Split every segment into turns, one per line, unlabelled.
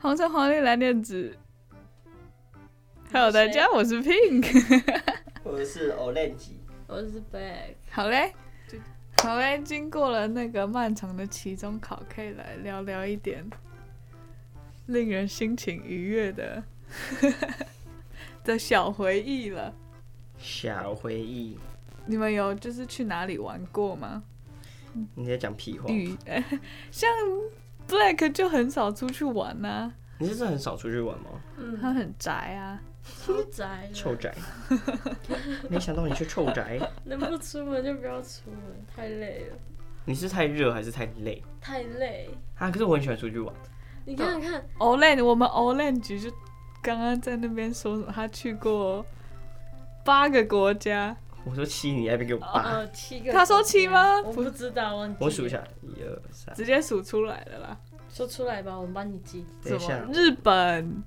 黄橙黄绿蓝靛紫。Hello，大家，我是 Pink。
我是 Orange，
我是 Black，
好嘞，好嘞，经过了那个漫长的期中考，可以来聊聊一点令人心情愉悦的 的小回忆了。
小回忆。
你们有就是去哪里玩过吗？
你在讲屁话？
旅 像 Black 就很少出去玩呐、
你是真的很少出去玩吗？
他
嗯，
很宅啊。
超宅啊
嗯
的，
臭宅，没想到你是臭宅。
能不出门就不要出门，太累了，
你是太热还是太累
太累。
啊？可是我很喜欢出去玩。
你看看，
Olen，我们 Olen 局就刚刚在那边说什么，他去过八个国家，
我说七，你那边给我
哦
八。
呃，七个，
他说七吗
我不知道，忘记了
啊我数一，下，一二三。
直接数出来了啦。
说出来吧，我们帮你记。
等一
什
下
么，日本，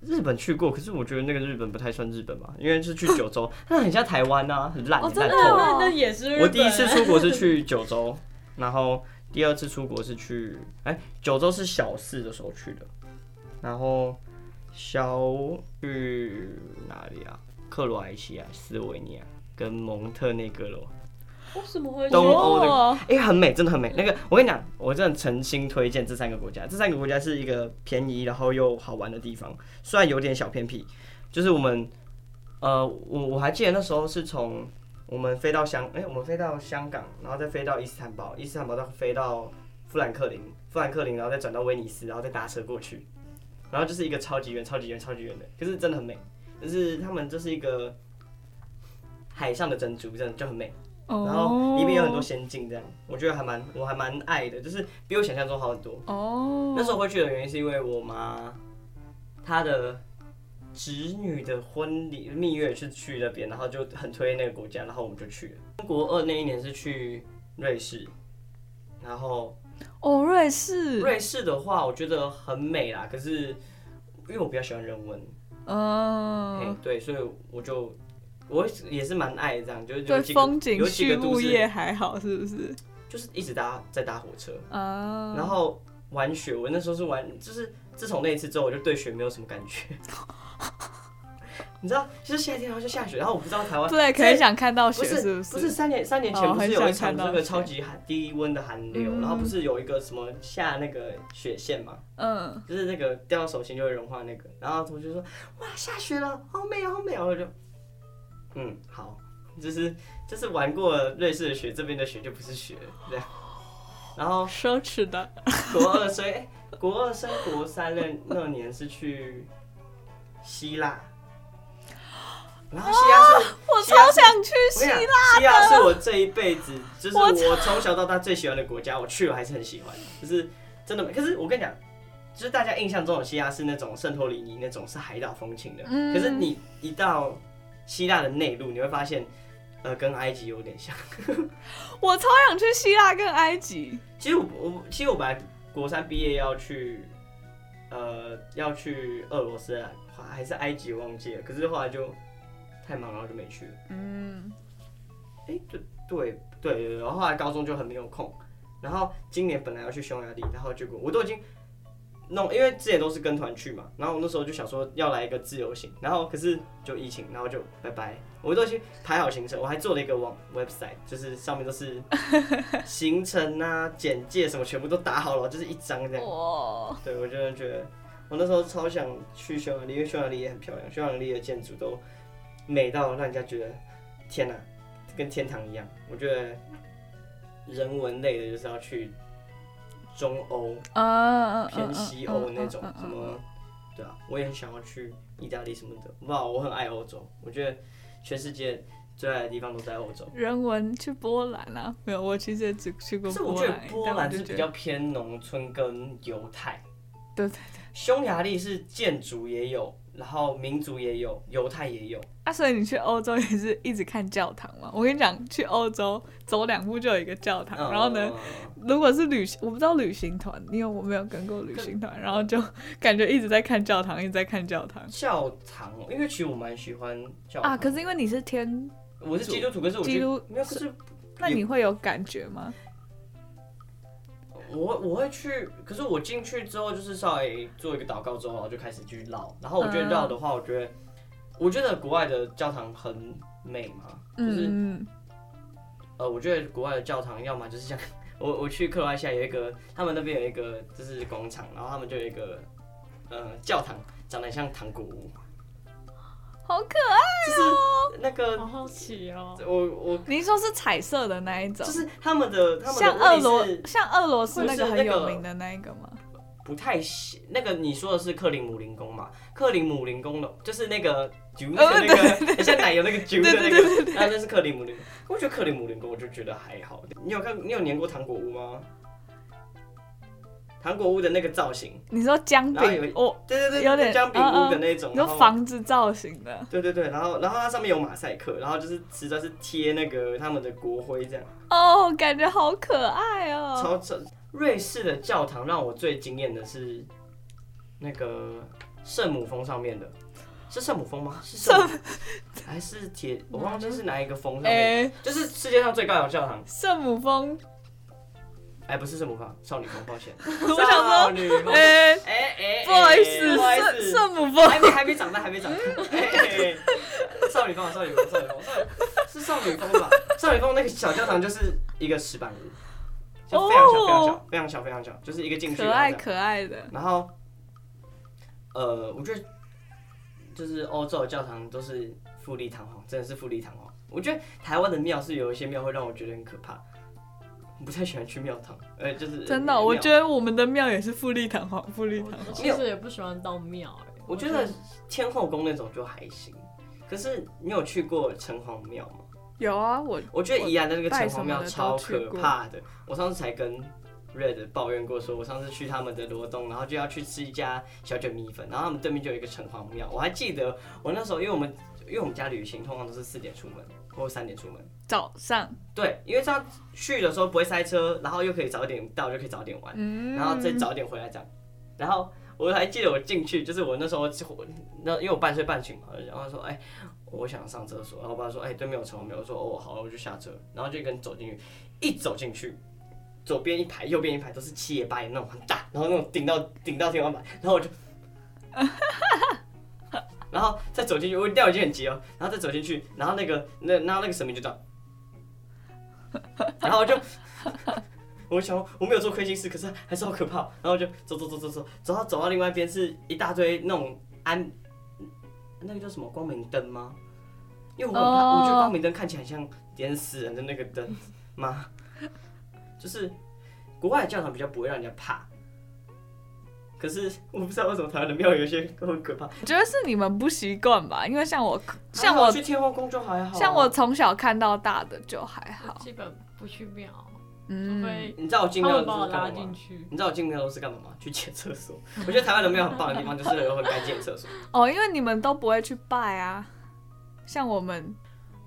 日本去过，可是我觉得那个日本不太算日本吧，因为是去九州， 那很像台湾啊，很烂，
哦
很
真
烂
的
透了。
哦
那也是日本
我第一次出 国是去九州，然后第二次出国是去，哎、九州是小四的时候去的，然后小去哪里啊？克罗埃西亚、斯维尼亚跟蒙特内哥罗，
为什么会去
东欧的
哦
哎、很美，真的很美。那个我跟你讲，我真的诚心推荐这三个国家，这三个国家是一个便宜然后又好玩的地方，虽然有点小偏僻，就是我们，呃，我我还记得那时候是从我们飞到香，哎、我们飞到香港，然后再飞到伊斯坦堡，伊斯坦堡再飞到富兰克林，富兰克林然后再转到威尼斯，然后再搭车过去，然后就是一个超级远、超级远、超级远的，可是真的很美，就是他们就是一个海上的珍珠，真的就很美。然后里面有很多
哦
仙境，这样我觉得还蛮我还蛮爱的，就是比我想象中好很多。
哦，
那时候会去的原因是因为我妈她的侄女的婚礼蜜月是去那边，然后就很推那个国家，然后我们就去了。国二那一年是去瑞士，然后
哦，瑞士，
瑞士的话我觉得很美啦，可是因为我比较喜欢人文，嘿
嗯，
对，所以我就我也是蛮爱这样，就是有
对
几个
风景
有几
畜
个都
牧
市
业还好，是不是？
就是一直搭在搭火车。
啊，
然后玩雪，我那时候是玩，就是自从那一次之后，我就对雪没有什么感觉。 你知道，就是夏天然后就下雪，然后我不知道台湾
对，可以想看到哦雪，
哦不是
不
不是三年三年前
哦
不是有一
很想
场
看到
那个
雪
超级寒低温的寒流，
嗯
然后不是有一个什么下那个雪线嘛，
嗯，
就是那个掉到手心就会融化那个，然后同学说哇下雪了，好美哦好美哦，我就嗯好，就是就是玩过瑞士的雪，这边的雪就不是雪了这样，然后
奢侈的，
国二升，哎国二升国三那那年是去希腊，然后希腊是，
我
希腊
超
是
想去哦希
我跟你讲希腊是我这一辈子就是我从小到大最喜欢的国家，我去了还是很喜欢，就是真的美。可是我跟你讲，就是大家印象中的希腊是那种圣托里尼那种是海岛风情的，
嗯
可是你一到希腊的内陆，你会发现，呃，跟埃及有点像。
我超想去希腊跟埃及。
其实我我其实我本来国三毕业要去，呃，要去俄罗斯啊还是埃及，我忘记了。可是后来就太忙，然后就没去了。
嗯，
哎、对对对对，然后后来高中就很没有空。然后今年本来要去匈牙利，然后结果我都已经弄，因为之前都是跟团去嘛。然后我那时候就想说要来一个自由行，然后可是就疫情，然后就拜拜。我都已经排好行程，我还做了一个网 website，就是上面都是 行程啊、简介什么，全部都打好了，就是一张这样。
哇，
对，我真的觉得，我那时候超想去匈牙利，因为匈牙利也很漂亮，匈牙利的建筑都美到让人家觉得天哪、跟天堂一样。我觉得人文类的就是要去中欧、
嗯，
偏西欧那种
嗯嗯嗯嗯嗯
什么，对啊，我也很想要去意大利什么的。哇，我很爱欧洲，我觉得全世界最爱的地方都在欧洲。
人文去波兰啊？没有，我其实也只去过
可是我
波
觉得
兰，
波
但我
兰
就是觉
比
得
较偏农村跟犹太。
对对
匈牙利是建筑也有，然后民族也有，犹太也有。
啊，所以你去欧洲也是一直看教堂嘛？我跟你讲，去欧洲走两步就有一个教堂，然后呢，
嗯？
如果是旅行，我不知道旅行团，因为我没有跟过旅行团，然后就感觉一直在看教堂，一直在看教堂
教堂哦，因为其实我蛮喜欢教堂
啊。可是因为你是天，
我是基督徒，可是我
基督
觉得没有，可是
那你会有感觉吗？
我我会去，可是我进去之后就是稍微做一个祷告之后，然后就开始去绕。然后我觉得绕的话，我觉得我觉得国外的教堂很美嘛，就是
嗯嗯
呃，我觉得国外的教堂要么就是像我我去克罗埃西亚有一个，他们那边有一个就是广场，然后他们就有一个呃教堂，长得很像糖果屋，
好可爱。
就是那个
好好奇哦。
我我
您说是彩色的那一种
就，是他们的他们的
像俄
问
罗
题是
像俄罗斯那个
不是
很
那个
有名的那一个吗？
不太喜那个你说的是克林姆林宫嘛？克林姆林宫的，就是那个酒的
呃
那个，很像奶油那个酒的那
对对
个，啊，那是克林姆林宫。我觉得克林姆林宫，我就觉得还好。你有看，你有粘过糖果屋吗？糖果屋的那个造型，
你说姜
然后有一
饼，哦，
对对对，
有点
姜饼屋的那种，
你
然
说
后
房子造型的，
对对对，然后然后它上面有马赛克，然后就是实在是贴那个他们的国徽这样，
哦，感觉好可爱哦。
超超。瑞士的教堂让我最惊艳的是那个圣母峰上面的，是圣母峰吗？是圣母还是 铁？我忘记是哪一个峰上面，
哎，
就是世界上最高的教堂。
圣母峰，
哎，不是圣母峰，少女峰，抱歉。
我想
少
说，
女峰，哎
哎，
哎，哎
不好意
不好意
思，
思
圣，圣母峰，
还没还没长大，还没长大。哎 少女峰，啊少女峰，少女峰，少女是少女峰 吧？少女峰那个小教堂就是一个石板屋，就非常小，非常小，非常小，非常小，就是一个进去
可
然后这
爱
样
可爱的。
然后，呃，我觉得就是欧洲的教堂都是富丽堂皇，真的是富丽堂皇。我觉得台湾的庙是有一些庙会让我觉得很可怕，我不太喜欢去庙堂，呃，就是
真的，
庙
我觉得我们的庙也是富丽堂皇，富丽堂
我
皇。
其实也不喜欢到庙、欸，
我觉得天后宫那种就还行。可是你有去过城隍庙吗？
有啊，我
我觉得宜兰的那个城隍庙
我拜什
超
么的都去
可
过
怕的。我上次才跟 Red 抱怨过说我上次去他们的罗东，然后就要去吃一家小卷米粉，然后他们对面就有一个城隍庙。我还记得我那时候，因为我们因为我们家旅行通常都是四点出门或三点出门，
早上，
对，因为这样去的时候不会塞车，然后又可以早点到，就可以早点玩。
嗯，
然后再早点回来这样。然后我还记得我进去，就是我那时候我那因为我半睡半醒嘛，然后说哎、我想上厕所，然后我爸说哎、对面有城隍庙，我说哦好，我就下车，然后就一个人走进去，一走进去。左边一排，右边一排都是七爷八爷那种很大，然后那种顶到顶到天花板，然后我就，然后再走进去，我尿已经很急哦，然后再走进去，然后那个那然后那个神明就这样， 然后我就 我想我没有做亏心事，可是还是好可怕。然后就走走走走走，走到走到另外一边是一大堆那种安，那个叫什么光明灯吗？因为我很怕
哦
我觉得光明灯看起来很像 点死人的那个灯嘛，就是国外的教堂比较不会让人家怕。可是我不知道为什么台湾的庙有些很可怕，
我觉得是你们不习惯吧，因为像我，像
还好
我，
去天后宫就还好啊，
像我从小看到大的就还
我
好，
基本不去庙，除
嗯，
非
你知道我啊进
他
庙
们把我
都是干嘛
拉
吗
进去。
你知道我进庙都是干嘛吗？去借厕所。我觉得台湾人庙很棒的地方就是有很干净的厕所。
哦，因为你们都不会去拜啊，像我们，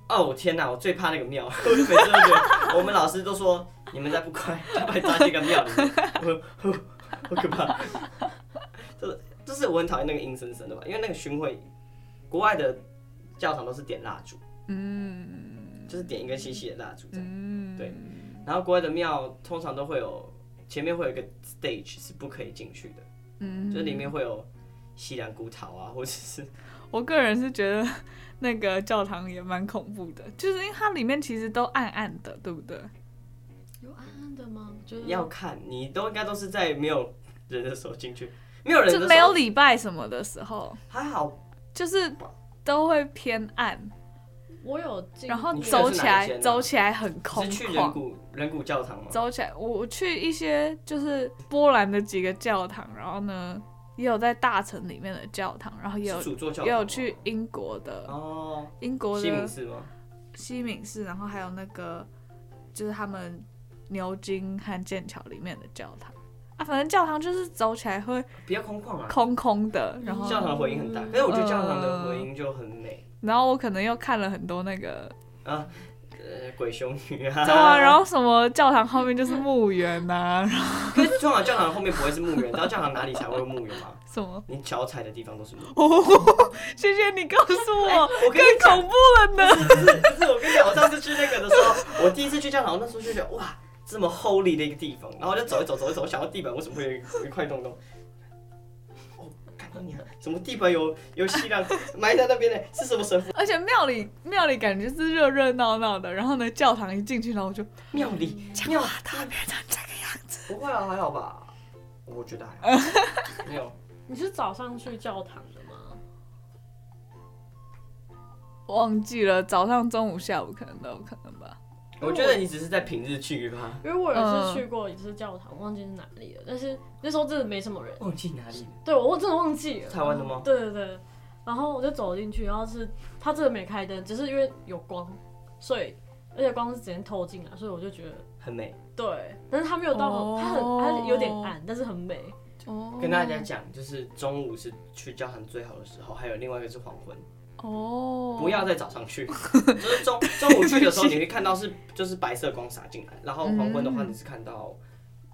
哦天哪，我最怕那个庙， 我每次都觉得我们老师都说你们再不乖，就把你抓进一个庙里面，我我好可怕。就是就是我很讨厌那个阴森森的吧，因为那个巡回，国外的教堂都是点蜡烛，
嗯
就是点一根细细的蜡烛这样。
嗯，
对然后国外的庙通常都会有前面会有一个 stage 是不可以进去的，
嗯，
就是里面会有西兰古陶啊，或者是
我个人是觉得 那个教堂也蛮恐怖的，就是因为它里面其实都暗暗的，对不对？
有暗暗的吗？就是
要看你都应该都是在没有人的时候进去，没有人的
就
时候
没有礼拜什么的时候，
还好
就是都会偏暗，
我有进，
然后
你去的
走
是
起
哪一间
来
啊
走起来很空
是去人
旷。
骨人骨教堂吗？
走起来，我我去一些就是波兰的几个教堂，然后呢也有在大城里面的教堂，然后也有
是主座教堂
也
吗
有去英国的、
哦，
英国
西
的
敏寺吗？
西敏寺，然后还有那个就是他们牛津和剑桥里面的教堂啊，反正教堂就是走起来会
比较空旷啊。
空空的，然后
教堂的回音很大，可是我觉得教堂的回音就很美、
然后我可能又看了很多那 个，
啊，呃，鬼熊女啊，
对啊，然后什么教堂后面就是墓园啊呐、 然后
可是通常教堂后面不会是墓园，你知道教堂哪里才会有墓园吗？
什么，
你脚踩的地方都是墓园。
哦，谢谢你告诉我，
我跟 你
更
讲，
恐怖了呢。
不是，不是我跟你讲，我上次去那个的时候，我第一次去教堂，我那时候就觉得哇，这么 holy 的一个地方，然后我就走一走走一走，想到地板为什么会有一有一块洞洞？哦，看到你了，怎么地板有有细浪埋在那边呢？是什么神父？
而且庙里庙里感觉是热热闹闹的，然后呢，教堂一进去，然后我就
庙里庙里
他变成这个样子，
不会啊，还好吧？我觉得还好， 没有。
你是早上去教堂的吗？
忘记了早上、中午、下午可能都有可能吧。
我觉得你只是在平日去吧，
因为我有一
嗯
次去过一次教堂，忘记是哪里了，但是那时候真的没什么人。
忘记哪里了。
对，我真的忘记了。
台湾的吗
对对对。然后我就走进去，然后是它真的没开灯，只是因为有光，所以而且光是直接透进来，所以我就觉得
很美，
对。但是它没有到，
哦
它很它有点暗，但是很美。
哦
跟大家讲，就是中午是去教堂最好的时候，还有另外一个是黄昏，
哦，
不要在早上去，就是中中午去的时候，你会看到是 就是白色光洒进来，然后黄昏的话
嗯
你是看到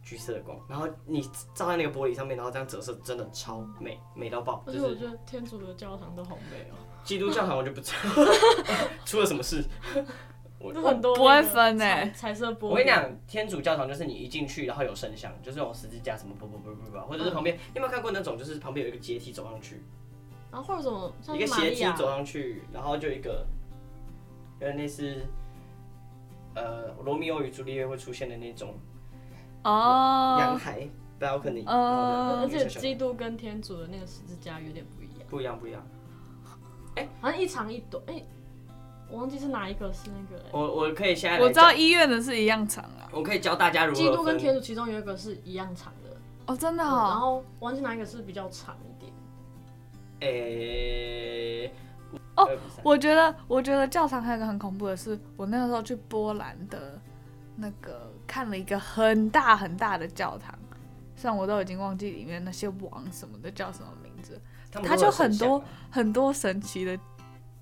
橘色的光，然后你照在那个玻璃上面，然后这样折射，真的超美，美到爆。
而
就
且我
是
觉得天主的教堂都好美哦、
基督教堂我就不知道 出了什 么事。我
就很多
不会
那个
分
彩
欸
彩色玻璃。
我跟你讲，天主教堂就是你一进去，然后有圣像，就是有十字架什么，不不不不不，或者
嗯
是旁边、你有没有看过那种，就是旁边有一个阶梯走上去，
然后或者什么像
一
是
个
玛
斜
利
梯
亚，
走上去，然后就一个，有点类似，呃，罗密欧与朱丽叶会出现的那种阳
哦，
台 balcony，、
哦
然
而
后的
且
嗯小小
基督跟天主的那个十字架有点不一样，
不一样不一样。
好像一长一短。哎、我忘记是哪一个是那个、欸。
我我可以现在来
我知道
教，
医院的是一样长啊。
我可以教大家如何
基督跟
分
天主其中有一个是一样长的，
哦，真的
然
哦，
后忘记哪一个是比较长一点。
诶、
哦
呃不是啊
我觉得，我觉得教堂还有一个很恐怖的是，我那个时候去波兰的那个看了一个很大很大的教堂，虽然我都已经忘记里面那些王什么的叫什么名字，
他们
它
都
就
有
很
圣像
多
啊
很多神奇的，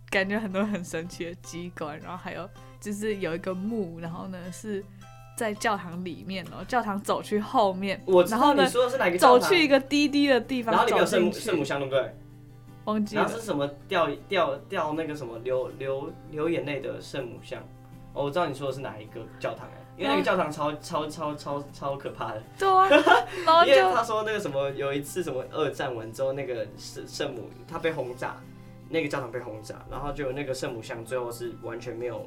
感觉很多很神奇的机关，然后还有就是有一个墓，然后呢是在教堂里面哦，教堂走去后面，
我知
然
道
后
你
呢
说的是哪个教
走
堂
去一个低低的地
然后
方
里
走
面有圣
进
母圣母
去，
像，对不对？
忘记
然
了
后，是什么掉掉掉那个什么流流流眼泪的圣母像？哦，我知道你说的是哪一个教堂哎、
嗯
因为那个教堂超超超超超可怕的，
对 啊，然后
因为
就
他说那个什么有一次什么二战完之后，那个圣圣母她被轰炸，那个教堂被轰炸，然后就有那个圣母像最后是完全没有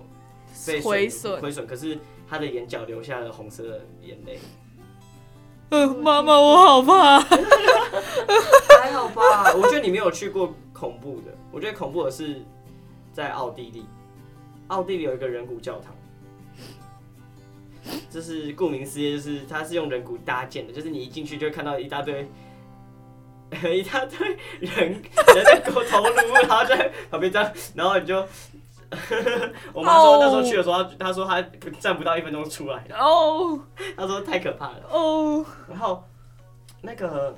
被
毁损，
毁损，可是她的眼角流下了红色的眼泪，
嗯，妈妈我好怕，
还好吧？我觉得你没有去过恐怖的，我觉得恐怖的是在奥地利，奥地利有一个人骨教堂，就是顾名思义，就是它是用人骨搭建的，就是你一进去就会看到一大堆。 一大堆人人在狗头颅，然后在旁边这样，然后你就， 我妈说那时候去的时候，她她说她站不到一分钟出来，
哦
她说太可怕了。
哦，
然后那个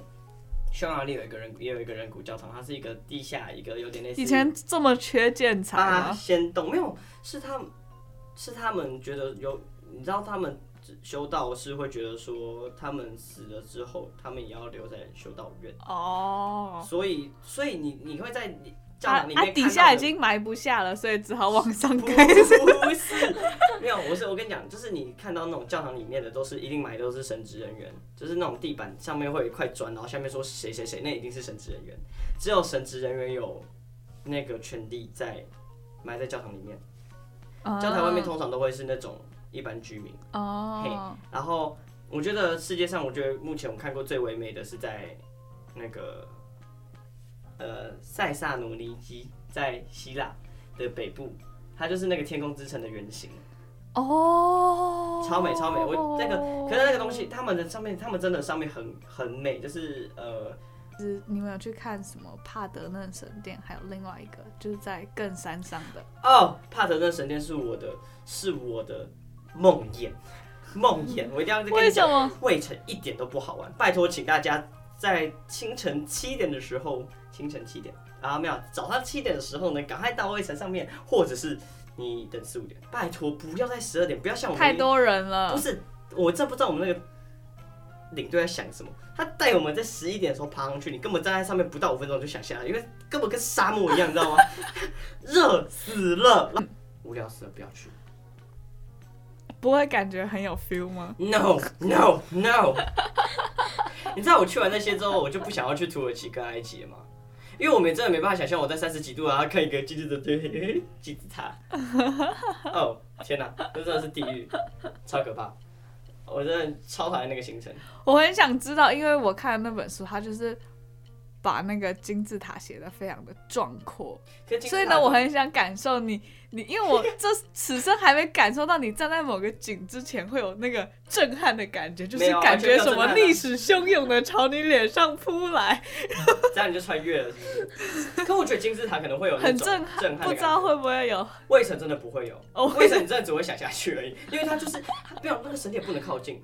匈牙利有一个人也有一个人骨教堂，它是一个地下一个有点类似
以前这么缺建材
啊
吗？
先动没有是他们是他们觉得有你知道他们修道士会觉得说他们死了之后他们也要留在修道院，
哦，
所以所以你你会在你教
啊
堂里面
啊，
看到
底下
的
已经埋不下了，所以只好往上
不
盖。
不是，没有，我是我跟你讲，就是你看到那种教堂里面的，都是一定买的都是神职人员，就是那种地板上面会有一块砖，然后下面说谁谁谁，那一定是神职人员。只有神职人员有那个权利在埋在教堂里面，教堂外面通常都会是那种一般居民。
哦，
然后我觉得世界上，我觉得目前我看过最唯美的是在那个呃塞萨努尼基，在希腊的北部，它就是那个天空之城的原型，
哦，
超美超美。我那个，可是那个东西，他们的上面，他们真的上面很很美，就是呃，
是你们有去看什么帕德嫩神殿，还有另外一个就是在更山上的，
哦，帕特那神殿是我的，是我的梦魇，梦魇，我一定要跟你
为
讲
什。么？
魏城一点都不好玩，拜托，请大家在清晨七点的时候，清晨七点啊，没有，早上七点的时候呢，赶快到魏城上面，或者是你等四五点，拜托，不要在十二点，不要像我们
太，多人
不
了，
是，我真不知道我们那个领队在想什么，他带我们在十一点的时候爬上去，你根本站在上面不到五分钟就想下来，因为根本跟沙漠一样，你知道 吗？热死了，无聊死了，不要去。
不会感觉很有 feel 吗？
No no no！你知道我去完那些之后，我就不想要去土耳其跟埃及了吗？因为我们真的没办法想象我在三十几度啊然后看一个金字塔对嘿嘿金字塔。 哦天哪，这真的是地狱，超可怕！我真的超讨厌那个行程。
我很想知道，因为我看那本书，它就是把那个金字塔写的非常的壮阔，
可是金字塔
所以呢，我很想感受你，你因为我这此生还没感受到你站在某个景之前会有那个震撼的感觉，就
没
是
有啊
感觉
就没有
什
震撼
么
啊
历史汹涌的朝你脸上扑来，
这样你就穿越了，是不 是？可我觉得金字塔可能会有那
很
种
震
震撼的
不
感觉，
知道会不会有
卫城真的不会有，
哦
卫城你真的只会想下去而已，因为它就是它不要那个神殿不能靠近，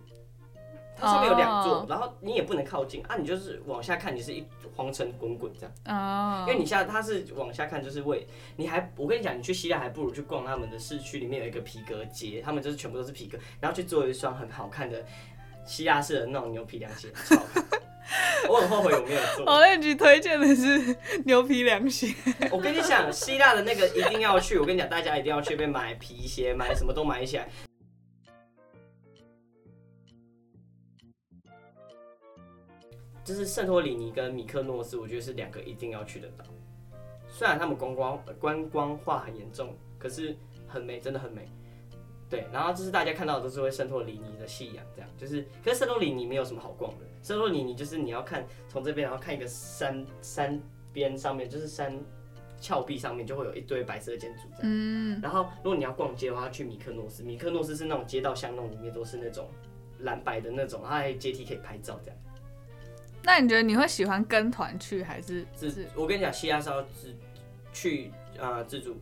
它上面有两座
哦
然后你也不能靠近啊，你就是往下看，你是一黄尘滚滚这样，
啊
因为你下它是往下看就是为你还我跟你讲，你去希腊还不如去逛他们的市区，里面有一个皮革街，他们就是全部都是皮革，然后去做一双很好看的希腊式的那种牛皮凉鞋，超好看 我很后悔我没有做。
Orange 推荐的是牛皮凉 鞋，
我跟你讲，希腊的那个一定要去。我跟你讲，大家一定要去那边买皮鞋，买什么都买起来。就是圣托里尼跟米克诺斯，我觉得是两个一定要去的岛。虽然他们观光呃观光化很严重，可是很美，真的很美。对，然后就是大家看到的都是会圣托里尼的夕阳，这样就是，可是圣托里尼没有什么好逛的。圣托里尼就是你要看从这边，然后看一个山山边上面，就是山峭壁上面就会有一堆白色的建筑这样。
嗯，
然后如果你要逛街的话，去米克诺斯，米克诺斯是那种街道巷弄里面都是那种蓝白的那种，然后还有阶梯可以拍照这样。
那你觉得你会喜欢跟团去还是
自
是？
我跟你讲，希腊是要自去呃自助，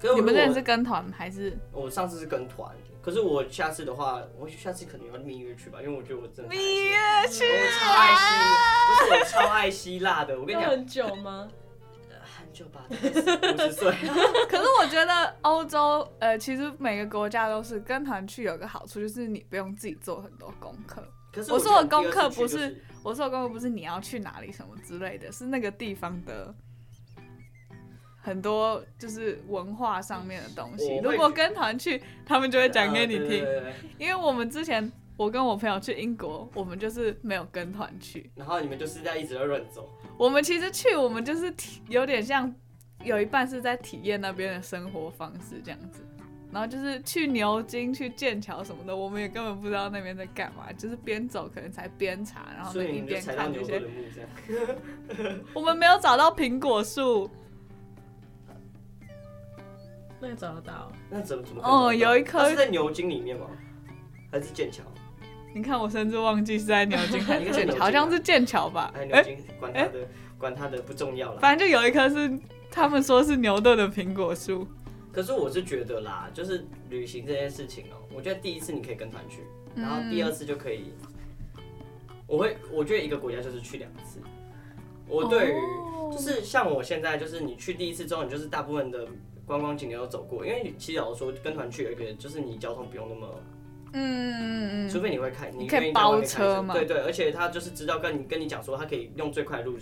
可是
你
我
们这里
我
是跟团还是
我上次是跟团，可是我下次的话，我下次可能要蜜月去吧，因为我觉得我真的太爱
蜜
希
月
腊
去
我超爱希，不是我超爱希腊的，我跟你
要
讲，
很久吗？
很久吧，五十岁。
可是我觉得欧洲，呃，其实每个国家都是跟团去有个好处，就是你不用自己做很多功课。
可是
我
觉
说
得
的功课
第
不
二次去就是
我说的功课不是你啊要去哪里什么之类的，是那个地方的很多就是文化上面的东西。
我会
如果跟团去，他们就会讲给你
呃
听。
对对对对
因为我们之前我跟我朋友去英国，我们就是没有跟团去，
然后你们就是在一直在乱走。
我们其实去，我们就是体有点像，有一半是在体验那边的生活方式这样子，然后就是去牛津、去剑桥什么的，我们也根本不知道那边在干嘛，就是边走可能才边查，然后
所
那
以
一
你就
边
踩到
看这
牛顿
些
的。木这样。
我们没有找到苹果树，
那个找得到？
那怎么怎么可能找得到？
哦，有一
它
棵
是，在牛津里面吗？还是 剑桥？
你看我甚至忘记是在牛津还是剑桥，好像是剑桥吧？
哎，
哎、
啊牛津管它的，管它的不重要啦。
反正就有一棵是他们说是牛顿的苹果树，
可是我是觉得啦，就是旅行这件事情哦、我觉得第一次你可以跟团去，
嗯
然后第二次就可以。我会，我觉得一个国家就是去两次。我对于、
哦
就是像我现在，就是你去第一次之后，你就是大部分的观光景点都走过，因为其实老实说，跟团去有一个就是你交通不用那么
嗯嗯嗯
除
嗯，
非你会开，你
你可以
愿意在外面
包车
开
嘛
对对，而且他就是知道跟你跟你讲说，他可以用最快的路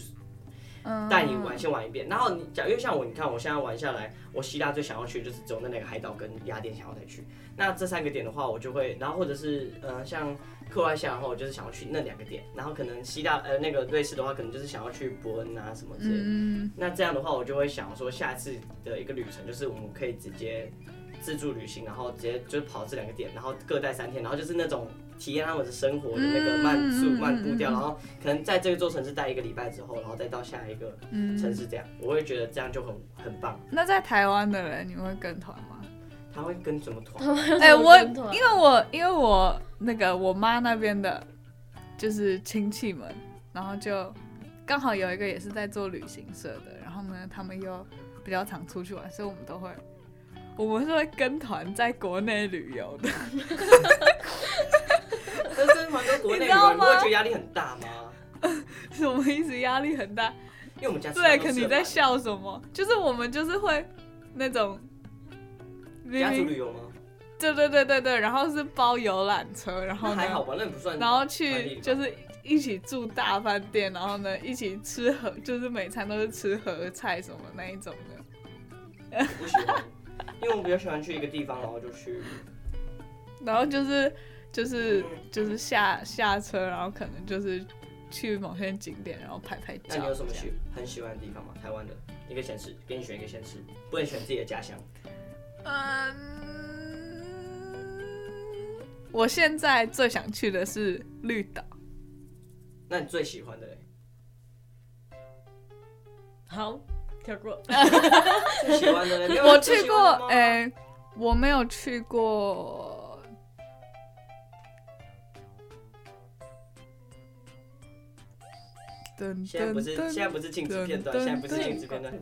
嗯
带你玩，先玩一遍。然后你假如像我，你看我现在玩下来，我希腊最想要去就是只有那两个海岛跟雅典想要再去。那这三个点的话，我就会，然后或者是呃像克罗埃西亚的话，我就是想要去那两个点。然后可能希腊呃那个瑞士的话，可能就是想要去伯恩啊什么之类的。
嗯。
那这样的话，我就会想说，下次的一个旅程就是我们可以直接自助旅行，然后直接就是跑这两个点，然后各待三天，然后就是那种体验他们的生活的那个慢速、
嗯嗯嗯
慢步调，然后可能在这座城市待一个礼拜之后，然后再到下一个
嗯
城市，这样、我会觉得这样就很很棒。
那在台湾的人，你们会跟团吗？
他会跟什么团？
哎、我
跟团
因为我因为我那个我妈那边的，就是亲戚们，然后就刚好有一个也是在做旅行社的，然后呢，他们又比较常出去玩，所以我们都会，我们是会跟团在国内旅游的。
但是蛮多国内
你
旅
知道
游，你
吗
不会觉得压力很大吗？
什么意思？压力很大？
因为我们家吃
对，
饭都
可
吃
你
得
在
蛮
笑什么？就是我们就是会那种。明
家族
明
旅游吗？
对对对对对，然后是包游览车，然后
那
呢
还好吧，那也不算。
然后
团体
去
吧
就是一起住大饭店，然后呢一起吃合，就是每餐都是吃合菜什么那一种的。
不喜欢，因为我比较喜欢去一个地方，然后就去
然后就是就是就是下下车，然后可能就是去某些景点，然后拍拍
那
照。
你有什么
这样
喜很喜欢的地方吗？台湾的一个县市，给你选一个县市，不能选自己的家乡。
嗯，我现在最想去的是绿岛，
那你最喜欢 的嘞？
好，跳过。
最喜欢的嘞？你有
我
最
去
喜
过
欢的，吗
哎、我没有去过。噔
现在不是现在不是禁止片段，现在不是禁止片段。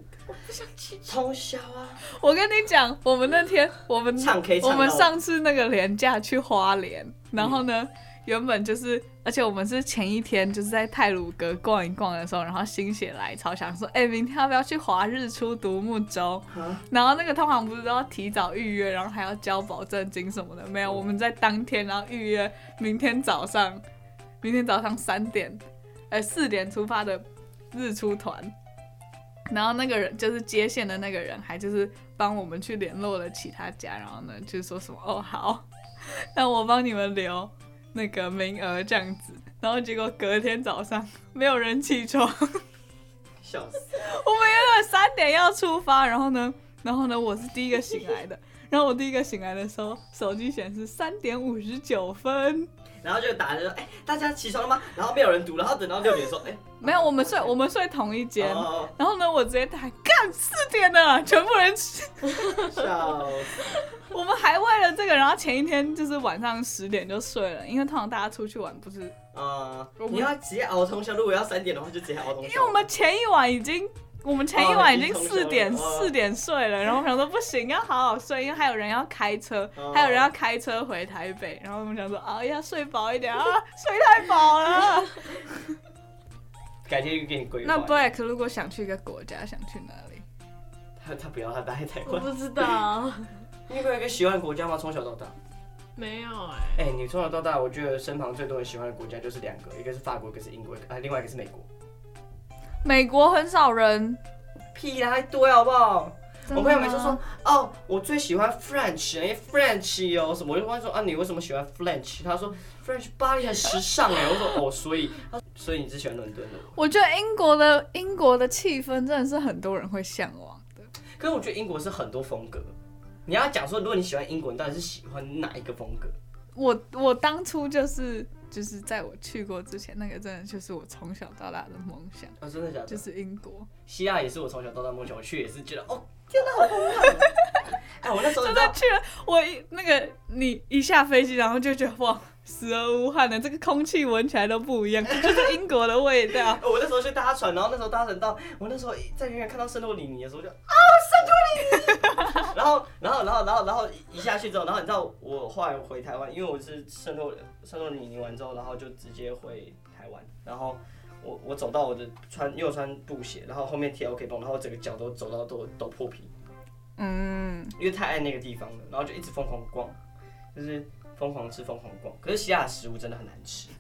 从小啊，
我跟你讲，我们那天我们
唱 K 唱
我
到
们上次那个廉假去花莲，然后呢，原本就是，而且我们是前一天就是在泰鲁阁逛一逛的时候，然后心血来潮想说，哎、明天要不要去划日出独木舟？
啊
然后那个通常不是都要提早预约，然后还要交保证金什么的，没有，我们在当天然后预约明天早上，明天早上三点，呃四点出发的日出团。然后那个人就是接线的那个人，还就是帮我们去联络了其他家，然后呢就说什么哦好，那我帮你们留那个名额这样子。然后结果隔天早上没有人起床，
笑死。
我们原本三点要出发，然后呢， 然后呢，我是第一个醒来的。然后我第一个醒来的时候，手机显示三点五十九分。
然后就打着说，哎、大家起床了吗？然后没有人读，然后等到六点说，哎、
没有，我们睡我们睡同一间。
哦，
然后呢，我直接打干四点了，全部人起。
笑死，
我们还为了这个，然后前一天就是晚上十点就睡了，因为通常大家出去玩不是，
啊、
我们
你要直接熬通宵，如果要三点的话，就直接熬通宵。
因为我们前一晚已经。我们前一晚已经四点
哦已经通宵了哦
四点睡了，然后我们想说不行，要好好睡，因为还有人要开车，
哦
还有人要开车回台北，然后我们想说啊，要睡饱一点 啊，睡太饱了。
改天给你规划。
那 Black 如果想去一个国家，想去哪里？
他他不要他待太
我
晚。
不知道，
你不有一个喜欢的国家吗？从小到大，
没有哎、
哎、你从小到大，我觉得身旁最多人喜欢的国家就是两个，一个是法国，一个是英国，啊、另外一个是美国。
美国很少人，
屁啦，还多好不好？我朋友每次
真的
说
吗，
哦，我最喜欢 French，因为 French 有什么？我就问他说啊，你为什么喜欢 French？他说 French 巴黎很时尚哎。我说哦，所以，他说所以你是喜欢伦敦的。哦
我觉得英国的英国的气氛真的是很多人会向往的。
可是我觉得英国是很多风格。你要讲说，如果你喜欢英国，你到底是喜欢哪一个风格？
我我当初就是就是在我去过之前，那个真的就是我从小到大的梦想，
啊、真的假的？
就是英国，
希腊也是我从小到大梦想，我去也是觉得哦，天哪，好梦幻！ 哎，我那时候
真的
你知道，。
去了。我一那个你一下飞机，然后就觉得哇，死而无憾的，这个空气闻起来都不一样， 这就是英国的味道
我那时候去搭船，然后那时候搭船到我那时候在远远看到圣托里尼的时候就啊，圣托 里尼，然后然后然后然后然后一下去之后，然后你知道我后来回台湾，因为我是圣托圣托里尼完之后，然后就直接回台湾，然后。我我走到我的穿因为我穿布鞋，然后后面贴 OK 绷，然后整个脚都走到都都破皮，
嗯，
因为太爱那个地方了，然后就一直疯狂逛，就是疯狂吃疯狂逛。可是希腊的食物真的很难 吃，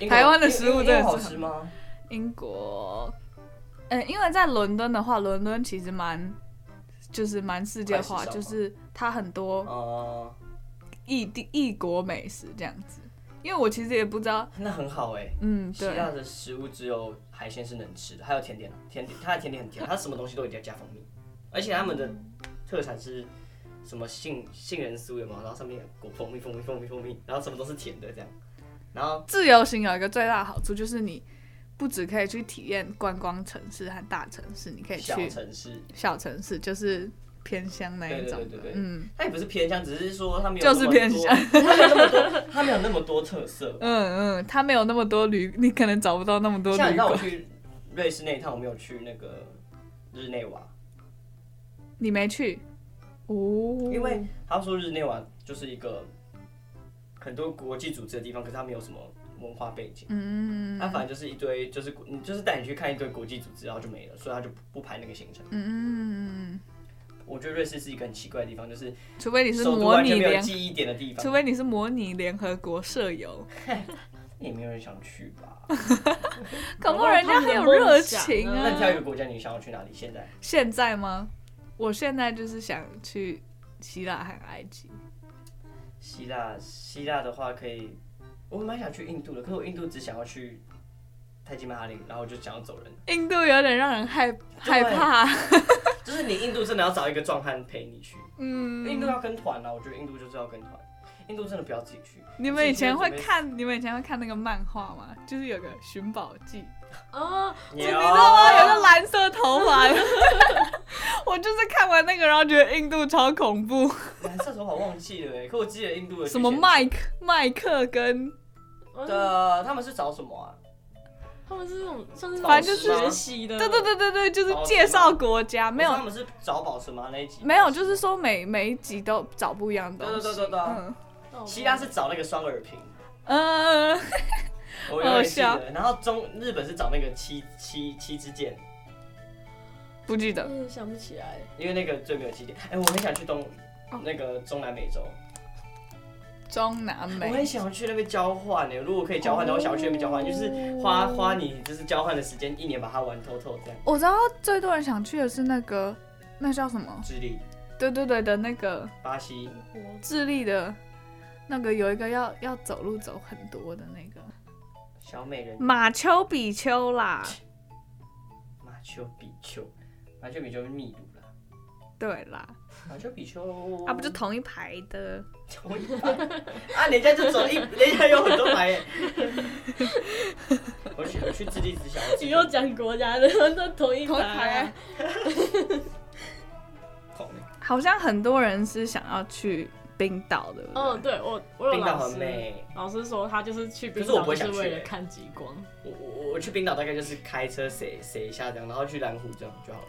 英国
台湾的食物
英国
真的是
英国好吃吗？
英国，嗯、因为在伦敦的话，伦敦其实蛮就是蛮世界化，
快时尚吗
就是它很多
哦、
异地异国美食这样子。因为我其实也不知道，
那很好哎、
嗯，
希
对，
腊的食物只有海鲜是能吃的，还有甜点，啊甜点它的甜点很甜，它什么东西都一定要加蜂蜜，而且他们的特产是什么杏杏仁酥有吗？然后上面裹蜂蜜，蜂蜜，蜂蜜，蜂蜜，然后什么都是甜的这样，然后
自由行有一个最大的好处就是你不只可以去体验观光城市和大城市，你可以
小
去
城市，
小城市，就是偏乡那一种的。
对对对对对
嗯
它也不是偏乡，只是说它没有
就是
那么
偏
多
乡，
它没有那么多，它没有那么多特色。
嗯嗯，它没有那么多旅，你可能找不到那么多
像你
旅
让
馆
我。去瑞士那一趟，我没有去那个日内瓦，
你没去哦，
因为他说日内瓦就是一个很多国际组织的地方，可是他没有什么文化背景，
嗯
他反正就是一堆就是国你就是带你去看一堆国际组织，然后就没了，所以他就不不排那个行程
嗯。嗯，嗯
我觉得瑞士是一个很奇怪的地方，就是
嗯除非你是
首都
模
完
拟
全没有
联，
记忆点的地
除
方，
非你是模拟联合国舍友，
也没有人想去吧？
啊搞不
搞不
好
好
人家
他们
很
的
有
梦
热
想
情
呢
那你挑一
啊。
个国家，你想要去哪里？现在
现在吗？我现在就是想去希腊和埃及。
希腊，希腊的话可以，我蛮想去印度的，可是我印度只想要去泰姬玛哈林，然后我就想要走人。
印度有点让人害害怕，
就是你印度真的要找一个壮汉陪你去，印度
嗯。
要跟团啊啦、我觉得印度就是要跟团，印度真的不要自己去。
你们以前会
自己去
看，你们以前会看那个漫画吗？就是有个寻宝记，
啊，
准备？
你知
哦有
道吗？有个蓝色头发的， 我就是看完那个，然后觉得印度超恐怖，
蓝色头发忘记了哎，可我记得印度的
什么
剧情
麦克麦克跟
的，他们是找什么啊？
他们是那种像是
反正就是
学习
嗯
的，
对对对对对，就是介绍国家，没
哦我说他
有
们是找宝石吗？那一集
没有，就是说每每一集都找不一样的
对
东
对
西。
对对对啊，
嗯
哦
希腊是找那个双耳瓶，
嗯，
我有点记得。然后中日本是找那个七七七支箭，
不记得。
嗯想不起来，
因为那个最没有起点。哎、我很想去东
哦
那个中南美洲，
中南
我很
美，哦
想要去那边交换呢、如果可以交换的话，我想要去那边交换，就是花花你就是交换的时间，一年把它玩透透这样。
我知道最多人想去的是那个，那叫什么？
智利、
对对对的那个
巴西，
我
智利的，那个有一个要要走路走很多的那个
小美人鱼、
马丘比丘啦，
马丘比丘、马丘比丘是秘鲁啦，
对啦，
马丘比丘
啊不就同一排的，
同一排啊，人家就走一， 人家有很多 排耶。我去，我去智利只想要
你又讲国家的， 那同一
同一
排
排
啊，
孔
好像很多人是想要去冰岛的，
嗯，对我我有
冰岛
老
很
师，
美。
老师说他就是去冰
可是我
岛
不会
就是
想去
为了
欸
看极 光，
我我我去冰岛大概就是开车塞塞一下这样，然后去蓝湖这样就好了。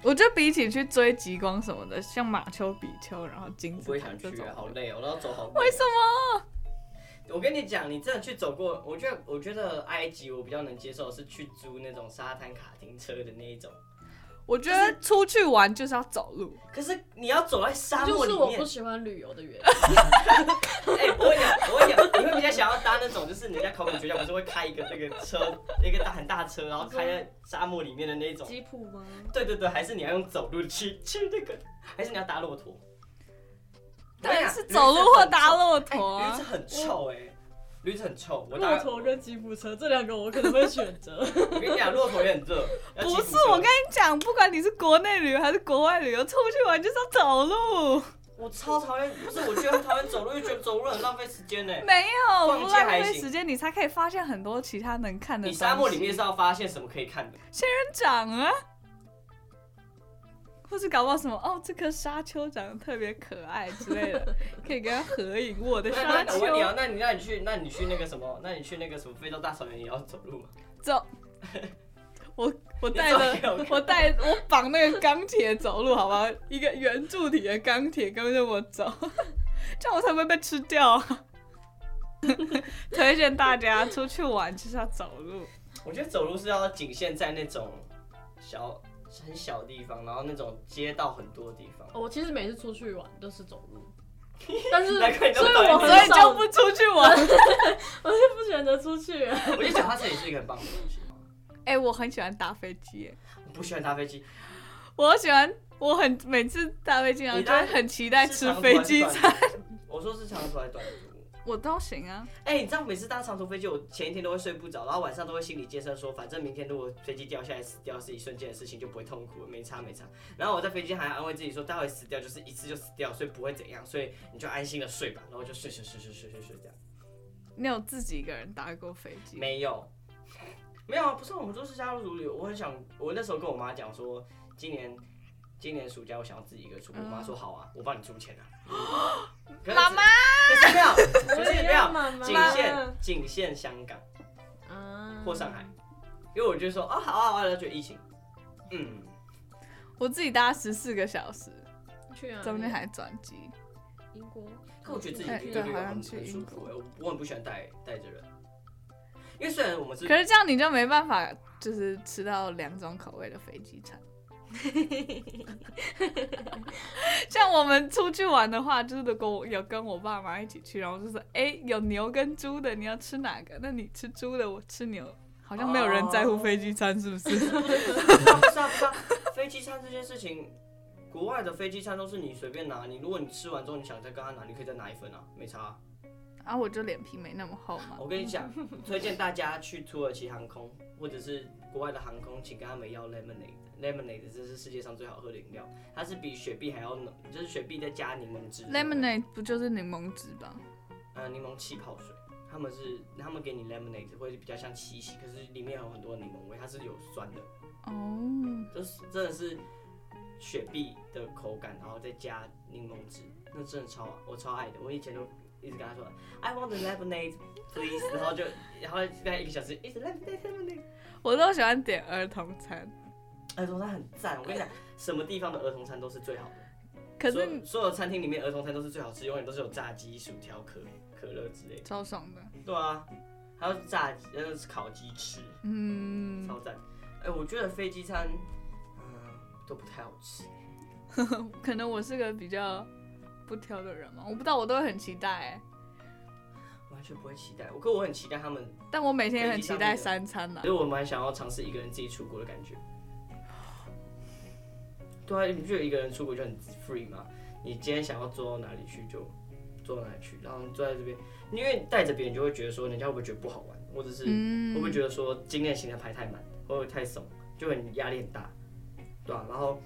我觉得比起去追极光什么的，像马丘比丘，然后金
我不
字
会
塔
想
这
去
种
啊，，好累哦，我都要走好
为
累。
什么？
我跟你讲，你真的去走过，我觉得我觉得埃及我比较能接受的是去租那种沙滩卡丁车的那一种。
我觉得出去玩就是要走路，
可是你要走在沙
就
漠
是
里
我
面
不，喜欢旅游的原因。
哎、我跟你讲，我跟你讲，你会比较想要搭那种，就是人家考古学家不是会开一个那个车， 一个大很大车，然后开在沙漠里面的那种。
吉普吗？
对对对，还是你要用走路去去那个，还是你要搭骆驼？
当然是
我跟你讲
走路或搭骆
哎
驼
驴
啊
子。很臭哎、驴子很臭。我搭
骆驼跟吉普车这两个我可能会选择。
我跟你讲，骆驼也很 热。要骑
不是
机，车
我跟你讲，不管你是国内旅游还是国外旅游，出去玩就是要走路。
我超讨厌，不是我觉得讨厌走路，又觉得走路很浪费时间呢、
没有，
逛
不
街
浪
还
费
行
时间，你才可以发现很多其他能看的东
你
西。
沙漠里面是要发现什么可以看的？
真长啊，或是搞不好什么哦，这颗沙丘长得特别可爱之类 的，可以跟它合影。我的
那
沙
那我问你啊
丘，
那你那你去那你去那个什么，那你去那个什么非洲大草原也要走 路吗？
走。我我
你
带
走 给我
着
看
我带我绑那个钢铁走路，好不好？一个圆柱体的钢铁跟着我走， 这样我才不会被吃掉 啊！推荐大家出去玩就是要走路，
我觉得走路是要仅限在那种小很小的地方，然后那种街道很多的地方。
我其实每次出去玩都是走 路，但是
难 怪你那
所
么
以
讨厌
我
所以
很
走路
少，
就
我
不出去玩。
就不选择出去。啊
我觉得脚踏车也是一个很棒的东西。
哎、我很喜欢搭飞机耶，
我不喜欢搭飞机，
我喜欢，我很每次搭飞机，然后
你
就
搭
会很期待
是
吃
长途还
飞
是
机
短
餐，
途。我说是长途还是短途？
我都行啊。
哎、你知道每次搭长途飞机，我前一天都会睡不着，然后晚上都会心理建设说，反正明天如果飞机掉下来死掉是一瞬间的事情，就不会痛苦，没差没差。然后我在飞机还安慰自己说，待会死掉就是一次就死掉，所以不会怎样，所以你就安心的睡吧。然后就睡睡睡睡睡睡睡这样。
你有自己一个人搭过飞机？
没有， 没有啊，不是我们都是加入组里。我很想，我那时候跟我妈讲说，今年今年暑假我想要自己一个人出国，我妈说
嗯
好啊，我帮你出钱 啊。可是
妈妈，
可是没有，可
我
是
也
没
要
有，
妈妈
仅限仅限香港
啊
或上海，因为我就说啊好啊好啊，然后就疫情，嗯，
我自己搭十四个小时，
去
嗯
哪里
中间还转机。
英国。
可我觉得自己
哎
一个
对
人
好像
很
去
很舒
英
服
国
哎、我我很不喜欢带带着人，因为虽然我们 是
可是这样你就没办法，就是吃到两种口味的飞机餐。 像我们出去玩的话，就是如果我有跟我爸妈一起去，然后就说，哎、有牛跟猪的，你要吃哪个？那你吃猪的，我吃牛。好像没有人在乎飞机餐，是不是？
不是啊，不是啊，不是啊，飞机餐这件事情，国外的飞机餐都是你随便拿，你如果你吃完之后你想再跟他拿，你可以再拿一份啊，没差啊、
啊，我就脸皮没那么厚嘛。
我跟你 讲，推荐大家去土耳其航空或者是国外的航空，请跟他们要 lemonade。lemonade 这是世界上最好喝的饮料，它是比雪碧还要浓，就是雪碧再加柠檬汁。
Lemonade 不就是柠檬汁吧？
呃，柠檬气泡水，他们是他们给你 lemonade 会比较像七喜，可是里面有很多柠檬味，它是有酸的，
哦，
这是真的是雪碧的口感，然后再加柠檬汁，那真的超我超爱的，我以前都。一直跟他说，I want the lemonade, please，然 后就，然后大概一个小时，一直 lemonade, lemonade，
我都喜欢点儿童餐，
儿童餐很赞，我跟你讲，什么地方的儿童餐都是最好的。
可
所
是
有所有餐厅里面儿童餐都是最好吃，永远都是有炸鸡、薯条、可可乐之类的。
超爽的。
对啊，还有炸鸡，呃，烤鸡翅，
嗯，
超赞。哎、我觉得飞机餐，嗯、都不太好吃。啊
可能我是个比较不挑的人嘛，我不知道，我都会很期待、欸，
完全不会期待，我可我很期待他们，
但我每天也很期待三餐啊啦
所以。我蛮想要尝试一个人自己出国的感觉。对啊，你不觉得一个人出国就很 free 吗？你今天想要坐到哪里去就坐到哪里去，然后你坐在这边，因为带着别人就会觉得说人家会不会觉得不好玩，或者是
嗯
会不会觉得说今天的行程排太满，会不会太怂，就很压力很大，对吧、然后，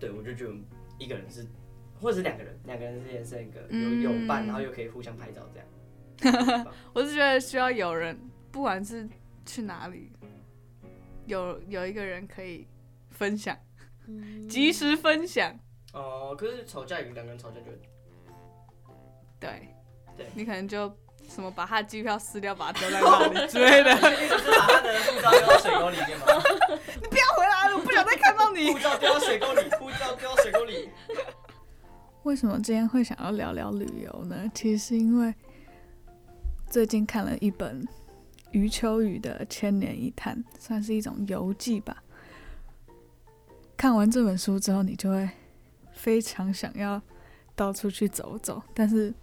对我就觉得一个人是，或者是两个人，两个人之间是一个有有伴，然后又可以互相拍照这样。很棒
我是觉得需要有人，不管是去哪里，有有一个人可以分享，及时分享。
哦、可是吵架有两个人吵架就 很
对，
对
你可能就什么把他的机票撕掉，把它丢在 那里 之类的。
就是把他的护照丢到水沟里面嘛，
不要回来了，我不想再看到你
护。照丢到水沟里，护照丢到水沟里。
为什么今天会想要聊聊旅游呢？其实是因为最近看了一本余秋雨的《千年一叹》，算是一种游记吧。看完这本书之后，你就会非常想要到处去走走，但是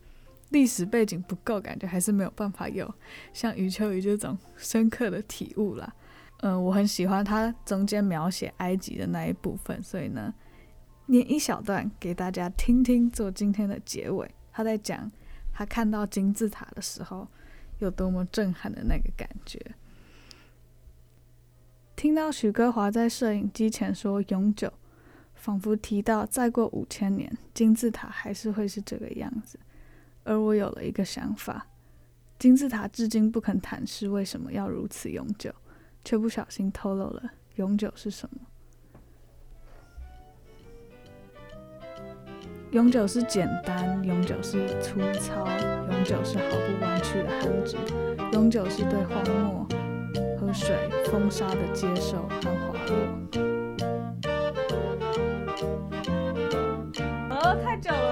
历史背景不够，感觉还是没有办法有像余秋雨这种深刻的体悟啦。嗯、我很喜欢他中间描写埃及的那一部分，所以呢，念一小段给大家听听，做今天的结尾。他在讲他看到金字塔的时候有多么震撼的那个感觉。听到许歌华在摄影机前说“永久”，仿佛提到再过五千年，金字塔还是会是这个样子。而我有了一个想法：金字塔至今不肯坦示为什么要如此永久，却不小心透露了永久是什么。永久是简单，永久是粗糙，永久是毫不弯曲的handle，永久是对荒漠和水、风沙的接受和滑落。哦，太久了。